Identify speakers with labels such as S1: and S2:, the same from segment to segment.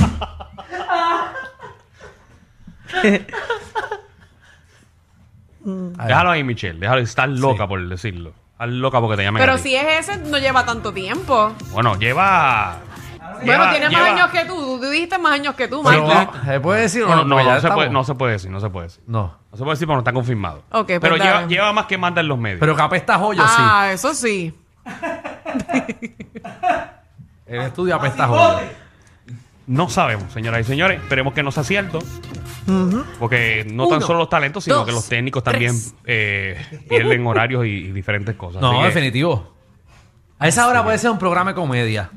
S1: Ahí.
S2: déjalo ahí, Michelle. Déjalo. Estás loca por decirlo. Estás loca porque te llamen. a
S3: Pero
S2: ti.
S3: si es ese, no lleva tanto tiempo.
S2: Bueno, lleva.
S3: Bueno, tiene más años que tú. Tú dijiste más años que tú,
S1: Pero,
S3: Michael.
S1: ¿Se puede decir o
S2: No, no, no,
S1: Porque pues ya
S2: se puede,
S1: estamos-
S2: no se puede decir, no se puede decir.
S1: No.
S2: No se puede decir porque no está confirmado.
S3: Ok, pues
S2: Pero lleva,
S3: dale.
S2: lleva más que manda en los medios.
S1: Pero capesta joyo,
S3: ah, eso sí.
S1: sí. El estudio apesta joyo.
S2: no sabemos, señoras y señores. Esperemos que no sea cierto. Porque no tan
S3: Uno,
S2: solo los talentos, sino
S3: dos,
S2: que los técnicos
S3: tres.
S2: también eh, pierden horarios y, y diferentes cosas.
S1: No,
S2: Así que-
S1: definitivo. A esa hora puede ser un programa de comedia.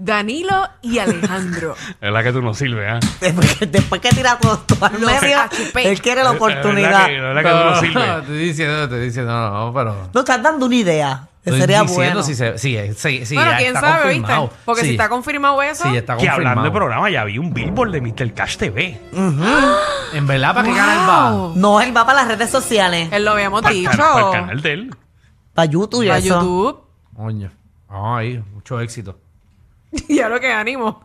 S3: Danilo y Alejandro.
S2: Es verdad que tú no sirves, ¿eh?
S4: Después, que- después que tira todo, todo al
S3: Los
S4: medio,
S3: achupé.
S4: él quiere la
S2: Es Eh, verdad
S4: oportunidad.
S2: que- es verdad que tú no
S1: no,
S2: sirves.
S1: estoy diciendo, estoy diciendo, no, no, pero.
S4: No estás dando una idea. Que
S1: Estoy
S4: sería
S1: diciendo
S4: bueno.
S1: si se- si es- si- si
S3: bueno,
S1: ya
S3: quién
S1: está
S3: sabe, ¿viste?
S1: confirmado.
S3: Porque
S1: Sí,
S3: si está confirmado eso.
S1: sí, ya está
S2: Que hablando de
S1: confirmado.
S2: programa, ya vi un billboard de Mr. Cash TV.
S1: En verdad, ¿para qué
S3: Wow.
S1: canal va?
S4: No, él va para las redes sociales.
S3: Él lo habíamos
S2: Para el
S3: dicho.
S2: can- para el canal de él.
S4: Para YouTube y
S3: Para
S4: eso.
S3: YouTube.
S1: Coño. Ay, mucho éxito.
S3: ya lo que ánimo.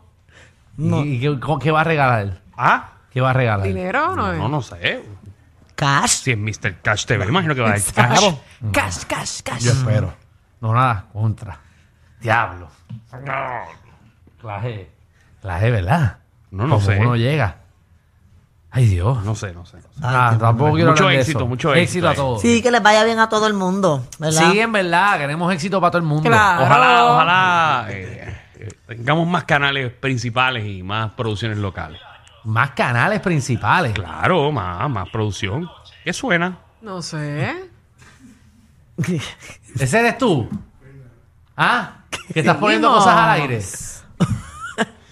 S1: ¿Y, y qué, cómo- qué va a regalar?
S2: Ah,
S1: ¿Qué va a regalar?
S3: Dinero no es.
S2: no, no sé.
S4: Cash.
S2: Si es Mr. Cash TV, imagino que va a dar cash.
S3: Cash, cash, cash.
S1: Yo espero. No, nada, contra. Diablo. La G. La G, ¿verdad?
S2: No, no
S1: Como
S2: sé.
S1: uno llega. Ay, Dios.
S2: No sé, no sé. no sé.
S1: Ah, tampoco quiero
S2: Mucho
S1: hablar de
S2: éxito,
S1: eso.
S2: mucho éxito
S1: éxito. a
S2: ahí.
S1: todos.
S4: Sí, que les vaya bien a todo el mundo, ¿verdad?
S1: Sí, en verdad, queremos éxito para todo el mundo.
S3: Claro.
S2: Ojalá, ojalá eh, eh, tengamos más canales principales y más producciones locales.
S1: Más canales principales.
S2: Claro, más, más producción. ¿Qué suena?
S3: No sé.
S1: ¿Ese eres tú? ¿Ah? Que estás poniendo
S3: Seguimos.
S1: cosas al aire.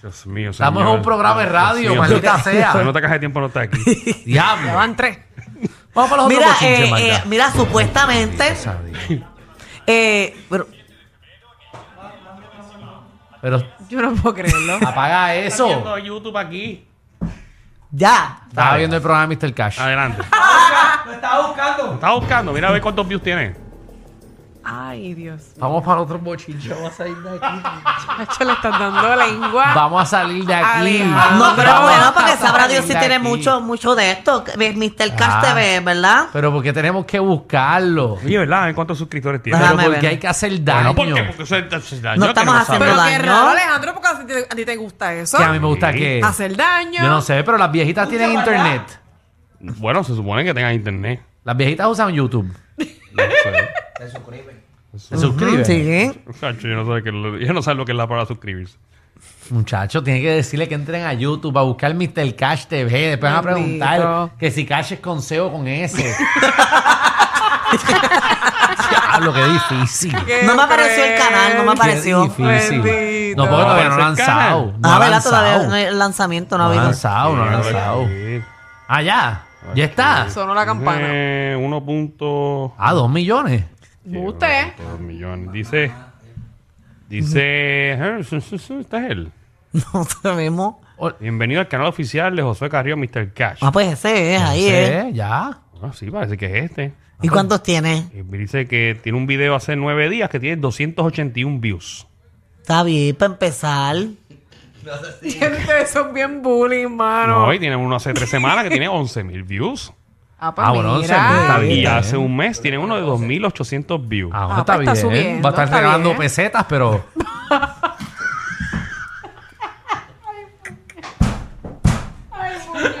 S2: Dios mío,
S1: Estamos
S2: señor.
S1: en un programa de
S2: Dios
S1: radio,
S2: mío.
S1: maldita sea.
S2: Se nota que hace tiempo no está aquí.
S3: Ya
S1: Diablo.
S3: van tres.
S1: Vamos para los
S4: Mira,
S1: otros
S4: eh,
S1: bochinches, Magda.
S4: eh, mira, supuestamente. eh, pero-
S1: Pero
S3: Yo no puedo creerlo.
S1: apaga eso.
S2: YouTube aquí.
S4: ya.
S1: Estaba viendo el programa de Mr. Cash.
S2: Adelante.
S5: Lo estaba buscando.
S2: Estaba buscando, mira a ver cuántos views tiene.
S3: Ay, Dios.
S1: Vamos para otros bochinchos. Vamos a salir de aquí.
S3: Chacho, le estás dando lengua.
S1: Vamos a salir de aquí.
S3: Alejandro.
S4: No, pero
S1: Vamos
S4: bueno,
S1: a
S4: porque sabrá
S1: salir
S4: Dios si
S1: de
S4: tiene
S1: aquí.
S4: mucho, mucho de esto. que eh, es Mr. Cash
S1: Ah.
S4: TV, ¿verdad?
S1: Pero porque tenemos que buscarlo.
S2: Oye, ¿verdad? ¿En cuántos suscriptores tiene?
S4: Ajá.
S1: Pero
S4: Déjame
S1: porque
S4: ver.
S1: hay que hacer
S2: Bueno,
S1: daño.
S2: ¿por qué? Porque eso es- eso es daño
S4: No
S2: que
S4: estamos haciendo
S3: Pero
S2: sabemos.
S3: qué
S4: daño.
S3: raro, Alejandro, porque a ti te, a ti te gusta eso.
S1: Que a mí me gusta
S2: Sí.
S1: que...
S3: Hacer daño.
S1: Yo no sé, pero las viejitas tienen internet.
S2: Bueno, se supone que tenga internet.
S1: Las viejitas usan YouTube.
S2: No sé.
S5: Se suscribe.
S1: Se suscriben.
S4: Sí.
S2: Chacho, yo no sé qué es lo- yo no sé lo que es la palabra suscribirse.
S1: Muchachos, tienen que decirle que entren a YouTube a buscar Mr. Cash TV. Después van a
S3: Bendito.
S1: preguntar que si Cash es con C o con S. Diablo, qué difícil.
S3: ¿Qué
S4: No me apareció el
S3: crees?
S4: canal, no me
S1: Qué
S4: apareció.
S1: difícil.
S3: Bendito.
S1: No, porque todavía no lo han
S2: Aparece el canal.
S1: lanzado. No
S4: Ah,
S1: ha
S4: ¿verdad? Todavía
S1: lanzado.
S4: no hay- el lanzamiento no
S1: No
S4: ha
S1: ha
S4: habido.
S1: lanzado, no ha
S2: Eh,
S1: lanzado.
S2: eh,
S1: Ah, ya. Ya está.
S3: Sonó la campana.
S2: eh, 1.2
S1: Ah, dos millones.
S3: Usted.
S2: millones. Dice. Dice. eh, su- su- su- Este es él.
S4: No sabemos.
S2: Bienvenido al canal oficial de José Carrillo, Mr. Cash.
S4: Ah, pues ese es, ahí es.
S1: Sí, ya.
S2: Ah, sí, parece que es este.
S4: ¿Y cuántos tiene?
S2: Eh, Dice que tiene un video hace nueve días que tiene 281 views.
S4: Está bien, para empezar.
S3: Ustedes son bien bullying, mano.
S2: No, y tiene uno hace tres semanas que tiene 11.000 views.
S3: Ah,
S1: Ah,
S3: pues
S1: bueno,
S3: mira.
S1: se- está bien.
S2: Y hace un mes tiene uno de 2.800 views.
S1: Ah, bueno,
S3: Ah,
S1: está,
S3: pues está
S1: bien.
S3: subiendo,
S1: Va a estar
S3: está
S1: regalando
S3: bien.
S1: pesetas, pero.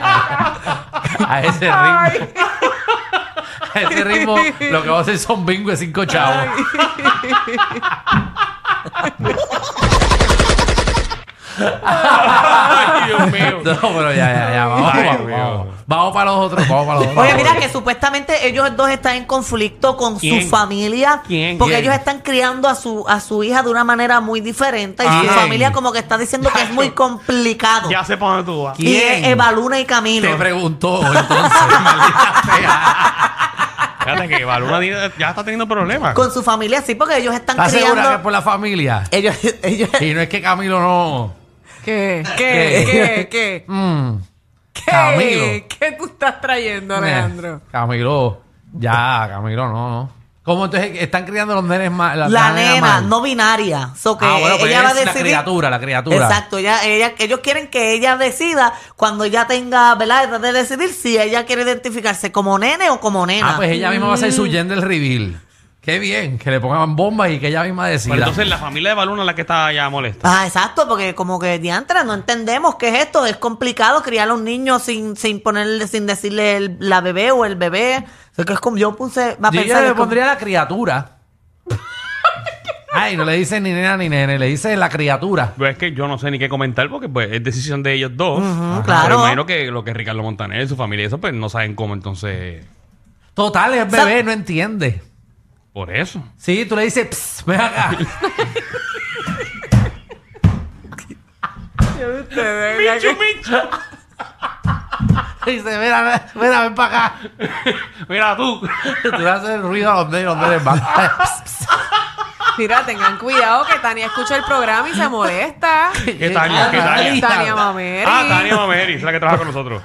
S1: a ese ritmo. a ese ritmo, lo que va a hacer son bingo de cinco chavos.
S2: Ay, Dios
S1: No, pero ya, ya, ya. Vamos,
S2: Ay,
S1: vamos,
S2: Dios.
S1: vamos. Vamos para los otros. Vamos para los otros.
S4: Oye, mira que eh, supuestamente ellos dos están en conflicto con
S2: ¿Quién?
S4: su familia.
S2: ¿Quién?
S4: Porque
S2: ¿Quién?
S4: ellos están criando a su, a su hija de una manera muy diferente. Y
S1: Ay.
S4: su familia como que está diciendo que es muy complicado.
S2: Ya sé para dónde tú vas.
S4: Y es Eva Luna y Camilo.
S1: Te preguntó, entonces, maldita sea.
S2: Fíjate que Valuna ya está teniendo problemas.
S4: Con su familia, sí, porque ellos están
S1: ¿Estás segura que es
S4: criando.
S1: por la familia?
S4: Ellos, ellos,
S1: Y no es que Camilo no.
S3: ¿Qué? ¿Qué? ¿Qué? ¿Qué?
S1: Mm.
S3: ¿Qué?
S1: Camilo.
S3: ¿Qué tú estás trayendo, Alejandro?
S1: Eh, Camilo, ya, Camilo, no, no. ¿Cómo entonces están criando los nenes mal?
S4: la
S1: nena
S4: nena
S1: mal?
S4: no binaria. So que
S1: Ah, bueno, pues
S4: ella
S1: es
S4: va a
S1: la
S4: decidir.
S1: criatura, la criatura. Ah,
S4: Exacto, ella, ella, ellos quieren que ella decida cuando ella tenga, ¿verdad? edad De decidir si ella quiere identificarse como nene o como nena. Mm.
S1: Ah, pues ella misma va a hacer su gender reveal. Qué bien, que le pongan bombas y que ella misma decida.
S2: Pero Pues entonces la familia de Valuna es la que está ya molesta.
S4: Ah, exacto, porque como que diantra, no entendemos qué es esto. Es complicado criar a un niño sin, sin ponerle, sin decirle el- la bebé o el bebé. O sea, que es como yo puse, va a
S1: Yo
S4: pensar.
S1: le
S4: es como-
S1: pondría la criatura. Ay, no le dicen ni nena ni nene, le dicen la criatura.
S2: Pero es que yo no sé ni qué comentar porque pues es decisión de ellos dos.
S4: Ujú,
S2: Ajá.
S4: claro.
S2: Pero imagino que lo que es Ricardo Montaner y su familia y eso, pues no saben cómo entonces.
S1: Total, es bebé, no entiende.
S2: Por eso.
S1: Sí, tú le dices, "Ps, ven acá.
S3: Ustedes, ya que-
S1: Le dice, ven, a- ven, a- ven para acá.
S2: Mira tú.
S1: Tú le haces el ruido a los nenes y los nenes van.
S3: Mira, tengan cuidado que Tania escucha el programa y se molesta.
S2: ¿Qué Tania? ¿Qué Tania?
S3: Tania Mameri.
S2: Ah, Tania Mameri, es la que trabaja con nosotros.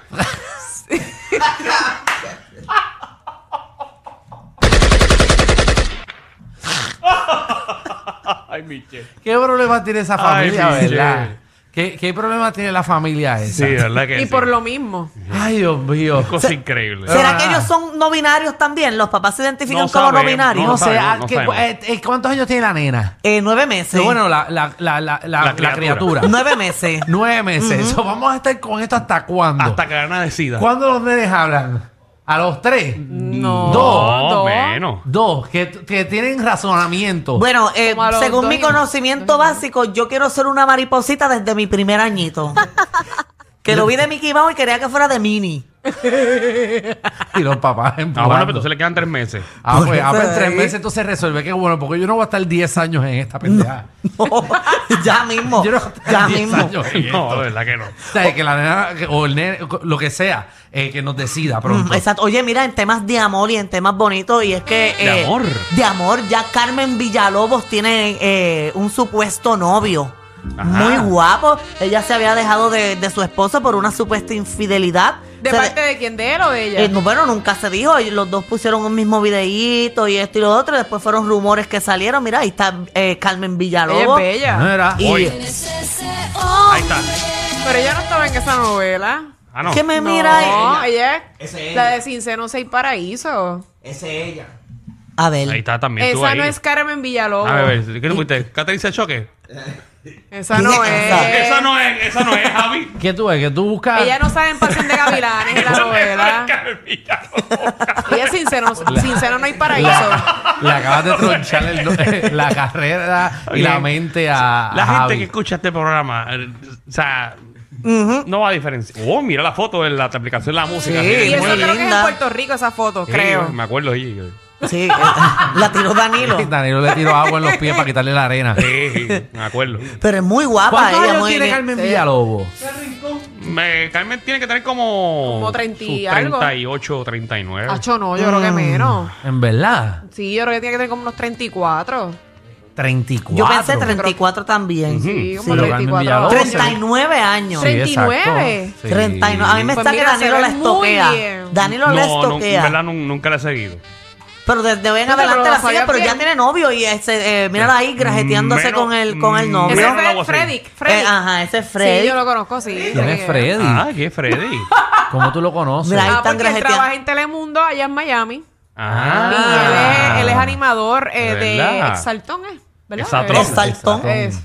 S2: Ay, Miche.
S1: ¿Qué problemas tiene esa
S2: Ay,
S1: familia,
S2: Michelle.
S1: verdad? ¿Qué, ¿Qué problemas tiene la familia
S2: Sí,
S1: esa?
S2: de verdad que
S3: Y
S2: sí.
S3: por lo mismo.
S1: Ay, Dios mío.
S2: Cosa increíble.
S4: ¿Será
S1: Ah.
S4: que ellos son no binarios también? ¿Los papás se identifican
S2: No
S4: como no
S2: sabemos,
S4: binarios?
S2: no
S1: No sé,
S2: sabemos,
S1: ah,
S2: no
S1: ¿qué-
S2: sabemos.
S1: eh, eh, ¿cuántos años tiene la nena?
S4: Eh, nueve meses.
S1: No, Bueno, la, la, la, la, la- la criatura.
S2: criatura.
S4: Nueve meses.
S1: Nueve meses. So, vamos a estar con esto hasta cuándo.
S2: Hasta que la nena decida.
S1: ¿Cuándo los nenes hablan? ¿A los tres?
S3: No.
S1: Dos.
S3: dos.
S2: menos.
S1: Dos, que, que tienen razonamiento.
S4: Bueno, eh,
S3: Como a los
S4: según
S3: dos
S4: mi
S3: y medio.
S4: conocimiento básico, yo quiero ser una mariposita desde mi primer añito. que lo vi de Mickey Mouse y quería que fuera de Mini.
S1: Y los papás empujando.
S2: Ah, bueno, pero entonces le quedan tres meses.
S1: Ah, pues, ah,
S4: Por
S1: pues,
S4: eso
S1: en tres
S4: ahí.
S1: meses entonces resuelve. Qué bueno, porque yo no voy a estar 10 años en esta pendejada.
S4: ya mismo.
S1: Yo no voy a estar
S4: ya
S1: 10
S4: mismo.
S1: años en esto.
S2: No, de verdad que no.
S1: O sea, que la nena, que- o el nene, lo que sea, eh, que nos decida pronto.
S4: Mm, Exacto. Oye, mira, en temas de amor y en temas bonitos, y es que. eh,
S2: De amor.
S4: De amor, ya Carmen Villalobos tiene eh, un supuesto novio.
S2: Ajá.
S4: Muy guapo. Ella se había dejado de, de su esposo por una supuesta infidelidad.
S3: ¿De
S4: Se de-
S3: parte de quién? ¿De él o de ella?
S4: Eh, no, bueno, nunca se dijo. Los dos pusieron un mismo videíto y esto y lo otro. Después fueron rumores que salieron. Mira, ahí está eh, Carmen
S3: ella es
S4: Villalobos.
S3: bella.
S1: No era.
S4: Y-
S2: Ahí está.
S3: Pero ella no estaba en esa novela.
S2: Ah, no.
S4: Que me
S3: No,
S4: mira. ahí.
S3: ella es
S5: Esa es
S3: la
S5: ella.
S3: de Sin Seno Seis Paraíso.
S5: Ese es ella.
S4: A
S2: Ahí
S4: ver.
S2: está también tú
S3: Esa
S2: ahí.
S3: no es Eh. Carmen Villalobos.
S2: A ver, ¿qué te fuiste? ¿Catherine se choque?
S3: Esa no
S4: Esa.
S3: es.
S2: Esa no es, esa no es, Javi.
S1: ¿Qué tú ves? ¿Que tú buscas?
S3: Ella no sabe en Pasión de Gavilanes en la
S2: Esa no es
S3: novela.
S2: Carmilla.
S3: Ella es Sin Seno, Sin Seno no hay paraíso.
S1: La- le acabas de tronchar el do- eh, la carrera y la
S2: Bien.
S1: mente a, a
S2: La gente
S1: Javi.
S2: que escucha este programa, eh, o sea, no va a diferenciar. Oh, mira la foto de la aplicación de la música.
S4: Sí,
S3: Y
S2: Mira,
S3: eso
S4: muy
S3: creo que es en
S4: linda.
S3: Puerto Rico esa foto,
S2: Sí,
S3: creo.
S2: Me acuerdo, oye.
S4: Sí, eh, la tiró Danilo.
S1: Y Danilo le tiró agua en los pies para quitarle la arena.
S2: Sí, me acuerdo.
S4: Pero es muy guapa
S1: ¿Cuántos
S4: ella. este
S1: años
S4: muy
S1: tiene
S4: bien.
S1: Carmen Villalobos?
S2: Me- Carmen tiene que tener como.
S3: Como 30 y
S2: sus
S3: algo.
S2: 38, 39.
S3: Acho, no, yo creo que menos.
S1: En verdad,
S3: Sí, yo creo que tiene que tener como unos 34.
S1: 34.
S4: Yo pensé 34 también.
S3: Sí,
S2: Ujú,
S3: como
S1: sí.
S3: 34.
S1: Pero Carmen
S4: 39 años.
S1: Sí, exacto.
S3: 39.
S1: Sí.
S4: 39. A mí me
S3: Pues
S4: está
S3: mira,
S4: que Danilo
S3: se
S4: la
S3: ve muy
S4: estoquea.
S3: bien.
S4: Danilo
S2: No,
S4: la
S2: no, en
S4: estoquea.
S2: verdad nun- nunca la he seguido.
S4: pero desde hoy en
S3: No, pero
S4: adelante
S3: lo
S4: la sigue,
S3: sabías
S4: pero ya
S3: bien.
S4: tiene novio. Y ese, eh, mírala ahí grajeteándose
S2: Mm, Menos- Mm.
S4: con, el, con el
S3: Ese
S2: Obvio.
S4: novio.
S2: menos- Mira, no lo
S3: es
S2: voy a
S3: Freddy.
S2: hacer.
S3: Freddy.
S4: Eh, ajá, ese es
S3: Sí,
S4: Freddy.
S3: yo lo conozco, sí.
S1: ¿Quién es
S3: Sí.
S1: Freddy?
S2: Ah, ¿qué es Freddy?
S1: ¿Cómo tú lo conoces?
S4: Mira, Ahí
S3: Ah,
S4: están
S3: porque él
S4: grajeteando.
S3: trabaja en Telemundo allá en Miami. Y él
S2: Ah.
S3: es, él es animador eh, de
S2: ¿Verdad?
S3: Exaltón, ¿eh? ¿verdad?
S2: Exatlón.
S3: Es-
S4: Exaltón.
S3: es-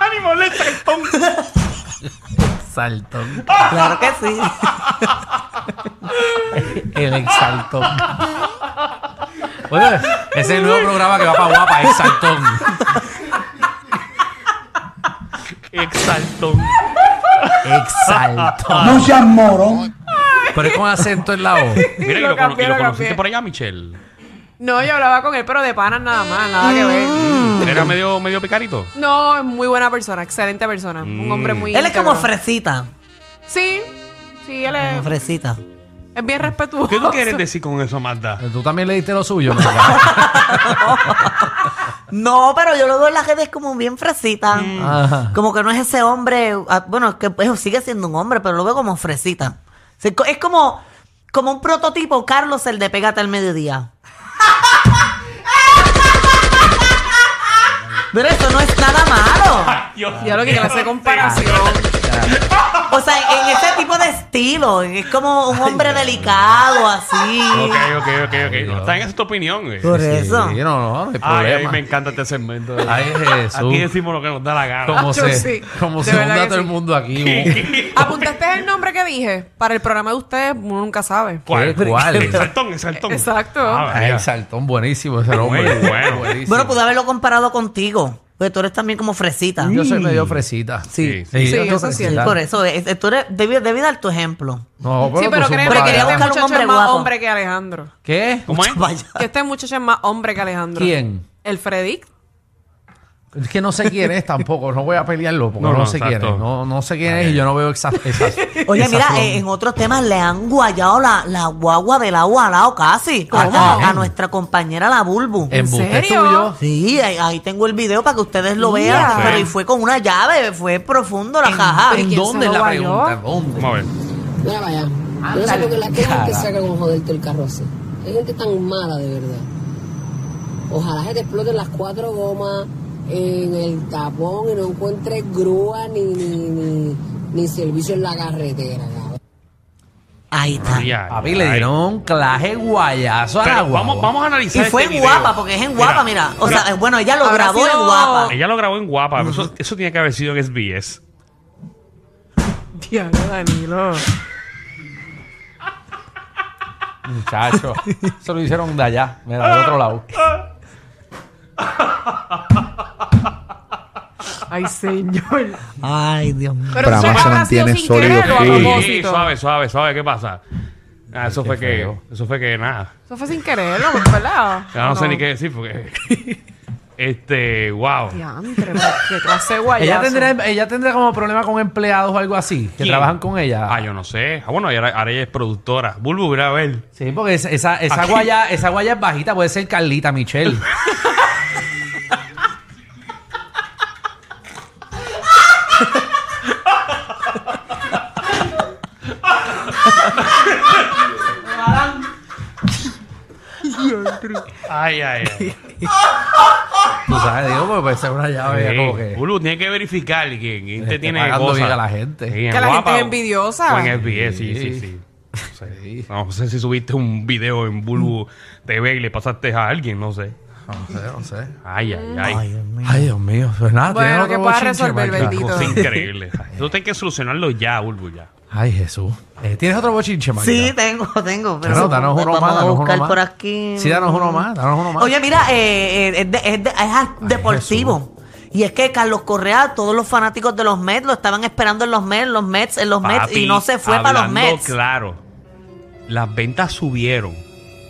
S2: Ánimo, le saltón.
S1: Saltón.
S4: Claro que sí.
S1: El exaltón. Oye, ese es el nuevo programa que va para guapa, exaltón.
S2: Exaltón.
S1: Exaltón.
S6: No seas morón.
S1: Pero es con acento en la O.
S2: Mira, y
S3: Lo
S2: lo, cono-
S3: cambié,
S2: y lo
S3: lo
S2: conociste
S3: cambié.
S2: por allá, Michelle.
S3: No, yo hablaba con él, pero de panas nada más, nada que ver.
S2: Era medio, medio picarito.
S3: No, es muy buena persona, excelente persona.
S2: Mm.
S3: Un hombre muy.
S4: Él es como
S3: íntegro.
S4: fresita.
S3: Sí, sí, él
S4: Como
S3: es,
S4: fresita.
S3: es bien respetuoso.
S2: ¿Qué tú quieres decir con eso, Magda?
S1: Tú también le diste lo suyo, ¿verdad?
S4: No, pero yo lo veo en las redes como bien fresita.
S3: Mm.
S1: Ajá.
S4: Como que no es ese hombre, ah, bueno, que pues, sigue siendo un hombre, pero lo veo como fresita. O sea, co- Es como, como un prototipo Carlos el de Pégate al Mediodía. Pero eso no es nada malo.
S3: Ya lo que hace comparación.
S4: O sea, en ese tipo de estilo, es como un hombre delicado, así.
S2: Ok, ok, ok, ok. Está en esa tu opinión, güey.
S4: Por eso.
S1: Sí, no, no, no hay
S2: Ay, a mí
S1: problema.
S2: me encanta este segmento. de
S1: Ay, Jesús.
S2: Aquí decimos lo que nos da la gana.
S1: Como
S3: Yo
S1: se,
S3: sí.
S1: como
S3: De
S1: se
S3: verdad
S1: hunda
S3: que
S1: todo el
S3: sí.
S1: mundo aquí. ¿Qué?
S3: ¿Apuntaste el nombre que dije? Para el programa de ustedes, uno nunca sabe.
S2: ¿Cuál?
S1: ¿Cuál?
S2: Exaltón, exaltón.
S3: Exacto.
S2: Ah,
S1: Ay,
S2: mira.
S1: exaltón, uh, buenísimo ese hombre.
S2: Muy bueno.
S1: Buenísimo.
S4: Bueno, pude haberlo comparado contigo, porque tú eres también como fresita.
S1: Yo soy medio
S2: Mm.
S1: fresita.
S2: Sí, sí.
S3: Sí,
S1: yo soy
S3: eso es cierto.
S1: fresita.
S4: Por eso, es- es- tú eres, debí, debí dar tu ejemplo.
S1: No,
S3: Sí, pero créeme
S1: tú zumba,
S4: Pero
S3: que este
S4: quería
S1: ¿verdad?
S4: buscar un
S3: muchacho
S4: hombre
S3: es más
S4: guapo.
S3: hombre que Alejandro.
S1: ¿Qué?
S2: ¿Cómo es?
S4: Vaya.
S3: Que este muchacho es más hombre que Alejandro.
S1: ¿Quién?
S3: El Fredic.
S1: Es que no sé quién es tampoco, no voy a pelearlo porque
S2: No,
S1: no,
S2: no,
S1: sé
S2: exacto.
S1: quién es. No, no sé quién es y yo no veo esas. esas
S4: Oye,
S1: esas
S4: mira,
S1: son-
S4: eh, en otros temas le han guayado la, la guagua del agua al lado casi.
S1: ¿Cómo?
S4: A, a nuestra compañera la Bulbu.
S1: Embuste
S3: serio?
S1: tuyo.
S4: Sí, ahí, ahí tengo el video para que ustedes lo
S3: Ya.
S4: vean.
S2: Sí.
S4: Pero y fue con una llave, fue profundo la jaja.
S3: ¿Pero y
S1: ¿En
S3: quién se
S1: dónde es
S3: lo
S1: la
S3: guayó?
S1: pregunta? ¿Dónde?
S2: Vamos a ver.
S6: Mira, vaya. Yo no sé por qué la quejan que saca con joderte el carro así. Hay gente tan mala, de verdad. Ojalá se te exploten las cuatro gomas en el tapón y no encuentres grúa ni, ni, ni, ni servicio en la carretera, cabrón.
S4: Ahí está.
S2: Ay, ay,
S1: Papi, le
S2: ay.
S1: dieron un claje guayazo a la
S2: Pero
S1: guagua.
S2: vamos, vamos a
S4: Y
S2: analizar.
S4: fue
S2: este
S4: en
S2: video.
S4: guapa, porque es en guapa, mira. O sea, eh, bueno, ella lo
S3: Habrá
S4: grabó en
S3: sido-
S4: guapa.
S2: Ella lo grabó en guapa. pero eso, eso tenía que haber sido en SBS.
S3: Diablo, Danilo.
S1: Muchacho, eso lo hicieron de allá, mira, del otro lado.
S3: Ay, señor.
S4: Ay, Dios mío.
S3: Pero eso
S7: Brahma se
S3: habrá sido
S7: mantiene
S3: sin
S7: sólido,
S3: querer o a
S7: sí.
S2: Ey,
S3: propósito.
S2: suave, suave, suave. ¿Qué pasa? Ah, eso fue que.
S1: feo.
S2: Eso fue que nada.
S3: Eso fue sin querer, ¿no? ¿verdad?
S2: Ya
S4: Ah,
S2: no, sé ni qué decir porque. este, wow.
S3: Diantre, pero qué clase de guayazo.
S1: Ella tendrá, ella tendrá como problema con empleados o algo así, que
S2: ¿Quién?
S1: trabajan con ella.
S2: Ah, yo no sé. Ah, bueno, ahora, ahora ella es productora. Bulbu, mira a ver.
S1: Sí, porque esa, esa, esa
S2: Aquí.
S1: guaya, esa guaya es bajita, puede ser Carlita, Michelle.
S2: Ay, ay, ay.
S1: Tú sabes, digo, porque puede ser una llave
S2: Sí.
S1: como que.
S2: Bulbu, tiene que verificar quién, quién te
S1: esté
S2: tiene
S1: pagando
S2: cosas.
S1: bien a la gente.
S2: Sí, en
S3: Que la
S2: guapa
S3: gente es
S2: o-
S3: envidiosa.
S2: o en SBS, sí, sí,
S1: Sí.
S2: sí. No sé. No sé si subiste un video en Bulbu
S4: Mm.
S2: TV y le pasaste a alguien, no sé.
S1: No sé, no sé.
S2: Ay, ay,
S4: Mm.
S2: ay.
S1: Ay, Dios mío. Pues nada,
S3: Bueno,
S1: tienen
S3: que
S1: otro
S3: pueda
S1: bochinche,
S3: resolver,
S1: Magda.
S3: bendito.
S2: Cosa increíble. Eso tienes que solucionarlo ya, Bulbu, ya.
S1: Ay, Jesús. Eh, ¿Tienes otro bochinche, Magda?
S4: Sí, tengo, tengo. Pero
S1: Claro, danos uno
S4: vamos
S1: más,
S4: a
S1: danos uno
S4: buscar
S1: más.
S4: por aquí.
S1: Sí, danos uno más, danos uno más.
S4: Oye, mira, eh, eh, es, de- es de- es deportivo. Y es que Carlos Correa, todos los fanáticos de los Mets lo estaban esperando en los Mets, en los Mets, en los Mets,
S2: Papi,
S4: y no se fue para los
S2: hablando
S4: Mets.
S2: Claro, las ventas subieron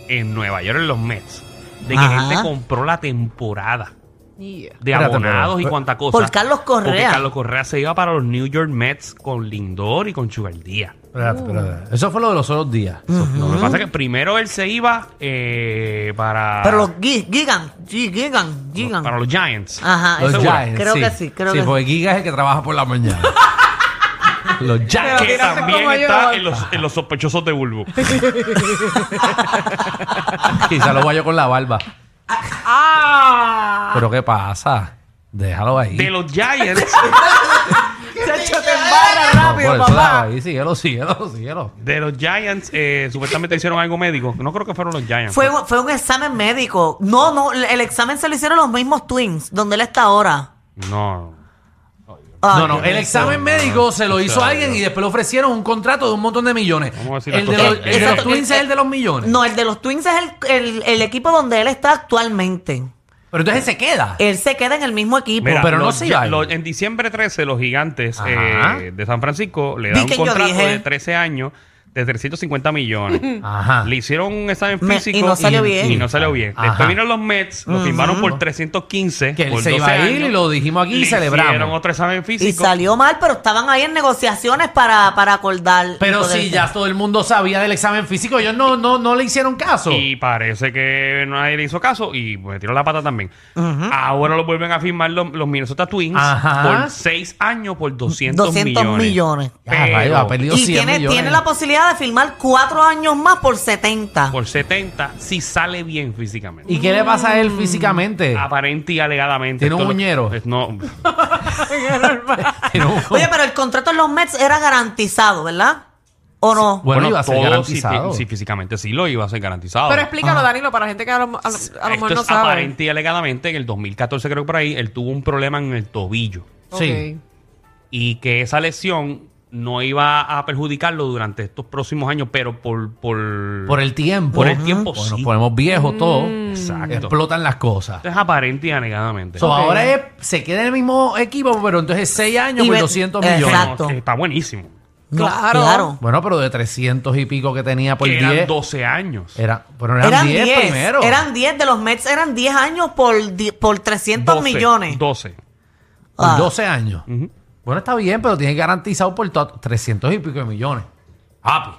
S2: en Nueva York en los Mets. De que
S4: Ajá.
S2: gente compró la temporada
S3: Yeah.
S2: de
S1: Espérate,
S2: abonados
S1: pero-
S2: y cuanta cosa.
S4: Por Carlos Correa.
S2: Porque Carlos Correa se iba para los New York Mets con Lindor y con Chugardía.
S1: Espérate,
S4: Uh.
S1: espérate. Eso fue lo de los otros días.
S2: Lo que pasa es que primero él se iba eh, para,
S4: Pero Mm. los Ah, Gi- Gigan, Gi- Gigan, Gigan.
S2: para los Giants.
S4: Ajá,
S1: Los
S4: eso-
S1: Giants,
S4: creo
S1: sí.
S4: que sí, creo
S1: sí,
S4: que sí.
S1: porque Giga es el que trabaja por la mañana. los Giants.
S2: que
S3: mira,
S2: también
S3: como yo.
S2: está en los, en los sospechosos de Bulbu.
S1: Quizá lo guayo con la barba.
S3: ¡Ah!
S1: Pero ¿qué pasa? Déjalo ahí.
S2: De los Giants,
S3: Chacho, te embarra
S1: No, por
S3: rápido,
S1: eso déjalo
S3: papá.
S1: ahí. Síguelo, síguelo, síguelo.
S2: de los Giants, eh, supuestamente hicieron algo médico. No creo que fueron los Giants.
S4: Fue, un- fue un examen médico. No, no, el el examen se lo hicieron los mismos Twins, donde él está ahora.
S2: No.
S4: Ay,
S1: no, no, el examen médico se lo hizo alguien y después le ofrecieron un contrato de un montón de millones.
S2: Vamos a decir
S1: El
S2: las
S1: de,
S2: cosas.
S1: los, el de los
S4: Exacto.
S1: Twins es el de los millones.
S4: No, el de los Twins es el, el- el equipo donde él está actualmente.
S1: Pero entonces se queda.
S4: Él se queda en el mismo equipo.
S2: Mira,
S1: pero no
S2: los
S1: se
S2: Gi-
S1: iba a ir.
S2: los- En diciembre 13, los gigantes
S1: Ajá.
S2: eh, de San Francisco le dan
S4: Vi
S2: un
S4: que yo
S2: contrato
S4: dije.
S2: de 13 años de 350 millones.
S1: Ajá.
S2: Le hicieron un examen
S4: Me- y
S2: físico
S4: no salió bien.
S2: y no salió bien.
S1: Ajá.
S2: Después vinieron los Mets, lo firmaron por 315.
S1: Que él
S2: por
S1: se iba
S2: 12
S1: a ir
S2: años.
S1: y lo dijimos aquí y
S2: Le
S1: celebramos.
S2: Hicieron otro examen
S4: Y
S2: físico.
S4: salió mal, pero estaban ahí en negociaciones para, para acordar.
S1: Pero
S4: Entonces,
S1: si ya todo el mundo sabía del examen físico, ellos no, no, no le hicieron caso.
S2: Y parece que nadie le hizo caso y pues, tiró la pata también. Ahora lo vuelven a firmar los, los Minnesota Twins
S1: Ajá.
S2: por 6 años por 200,
S4: 200 millones.
S1: Ah,
S2: Pero-
S1: rayo, ha perdido
S4: Y
S1: 100
S4: tiene,
S1: millones.
S4: tiene la posibilidad de firmar cuatro años más por 70.
S2: por 70 si sale bien físicamente.
S1: ¿Y qué le pasa a él físicamente?
S2: Aparente y alegadamente.
S1: ¿Tiene un
S2: Esto lo-
S1: muñero?
S2: es- No.
S1: Tiene un-
S4: Oye, pero el contrato en los Mets era garantizado, ¿verdad? ¿O no?
S1: bueno, iba a ser
S2: todo
S1: garantizado.
S2: Si, si físicamente sí lo iba a ser garantizado.
S3: Pero explícalo, Danilo, para la gente que a lo, a lo- a lo
S2: Esto
S3: mejor no
S2: es
S3: sabe.
S2: aparente y alegadamente en el 2014 creo que por ahí él tuvo un problema en el tobillo
S1: Sí.
S3: Ok.
S2: y que esa lesión no iba a perjudicarlo durante estos próximos años, pero por por,
S1: Por el tiempo.
S2: Por el tiempo,
S1: Pues Nos
S2: sí. Mm.
S1: ponemos viejos todos.
S2: Exacto.
S1: Explotan las cosas.
S2: Esto es aparente y alegadamente.
S1: So,
S3: Ok.
S1: Ahora es- se queda en el mismo equipo, pero entonces 6 años
S4: Y
S1: por
S4: ve-
S1: 200 millones.
S4: Exacto.
S2: Está buenísimo.
S4: No,
S2: Claro.
S4: claro.
S1: Bueno, pero de 300 y pico que tenía por Eh,
S2: que eran
S1: 10.
S2: 12 años.
S1: Era, bueno,
S4: Eran
S1: eran 10
S4: 10,
S1: primero.
S4: Eran 10 de los Mets, eran 10 años por, di- por 300
S2: 12,
S4: millones.
S2: 12.
S1: Por
S4: Ah.
S1: 12 años. Bueno, está bien, pero tiene garantizado por to- 300 y pico de millones. Happy.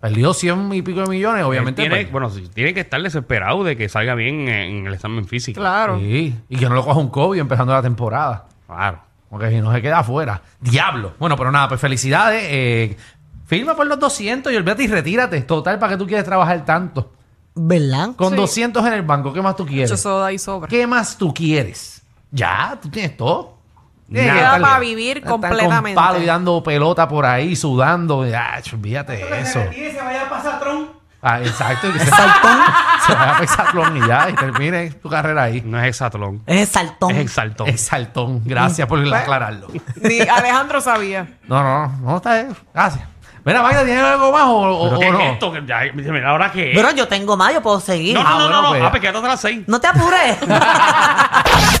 S1: Perdió 100 y pico de millones, obviamente. pues.
S2: Él tiene,
S1: perdió.
S2: bueno, sí, tiene que estar desesperado de que salga bien en el examen físico.
S3: Claro.
S1: Sí, y que no lo coja un COVID empezando la temporada.
S2: Claro.
S1: Porque si no se queda afuera. Diablo. Bueno, pero nada, pues felicidades. eh, firma por los 200 y olvídate y retírate. Total, ¿para qué tú quieres trabajar tanto?
S4: ¿Verdad?
S1: Con
S3: Sí.
S1: 200 en el banco, ¿qué más tú quieres?
S3: Mucho soda y sobra.
S1: ¿Qué más tú quieres? Ya, tú tienes todo. Tienes
S3: Nada.
S1: que estar-
S3: para vivir
S1: estar con
S3: completamente.
S1: palo y dando pelota por ahí, sudando. Ya, ch, olvídate de
S5: Que
S1: eso.
S5: se retire y se vaya a pasar Trump.
S1: Ah, exacto. y que se, se vaya a Exatlón y ya, y termine tu carrera ahí.
S2: No es exatlón.
S4: Es el saltón.
S2: Es exaltón.
S1: Exaltón. Gracias
S3: Pues,
S1: por aclararlo.
S3: Ni Alejandro sabía.
S1: No, no, no, no está bien. Gracias. Mira, Magda, ¿tienes algo más o,
S2: ¿Pero
S1: o- o
S2: qué
S1: no?
S2: es esto? Que ya- Mira, ahora qué es.
S4: Pero yo tengo más, yo puedo seguir.
S2: No,
S4: No,
S2: no, no,
S1: bueno,
S2: no,
S1: pues.
S2: no. Ah, pues quédate a las 6.
S4: te apures.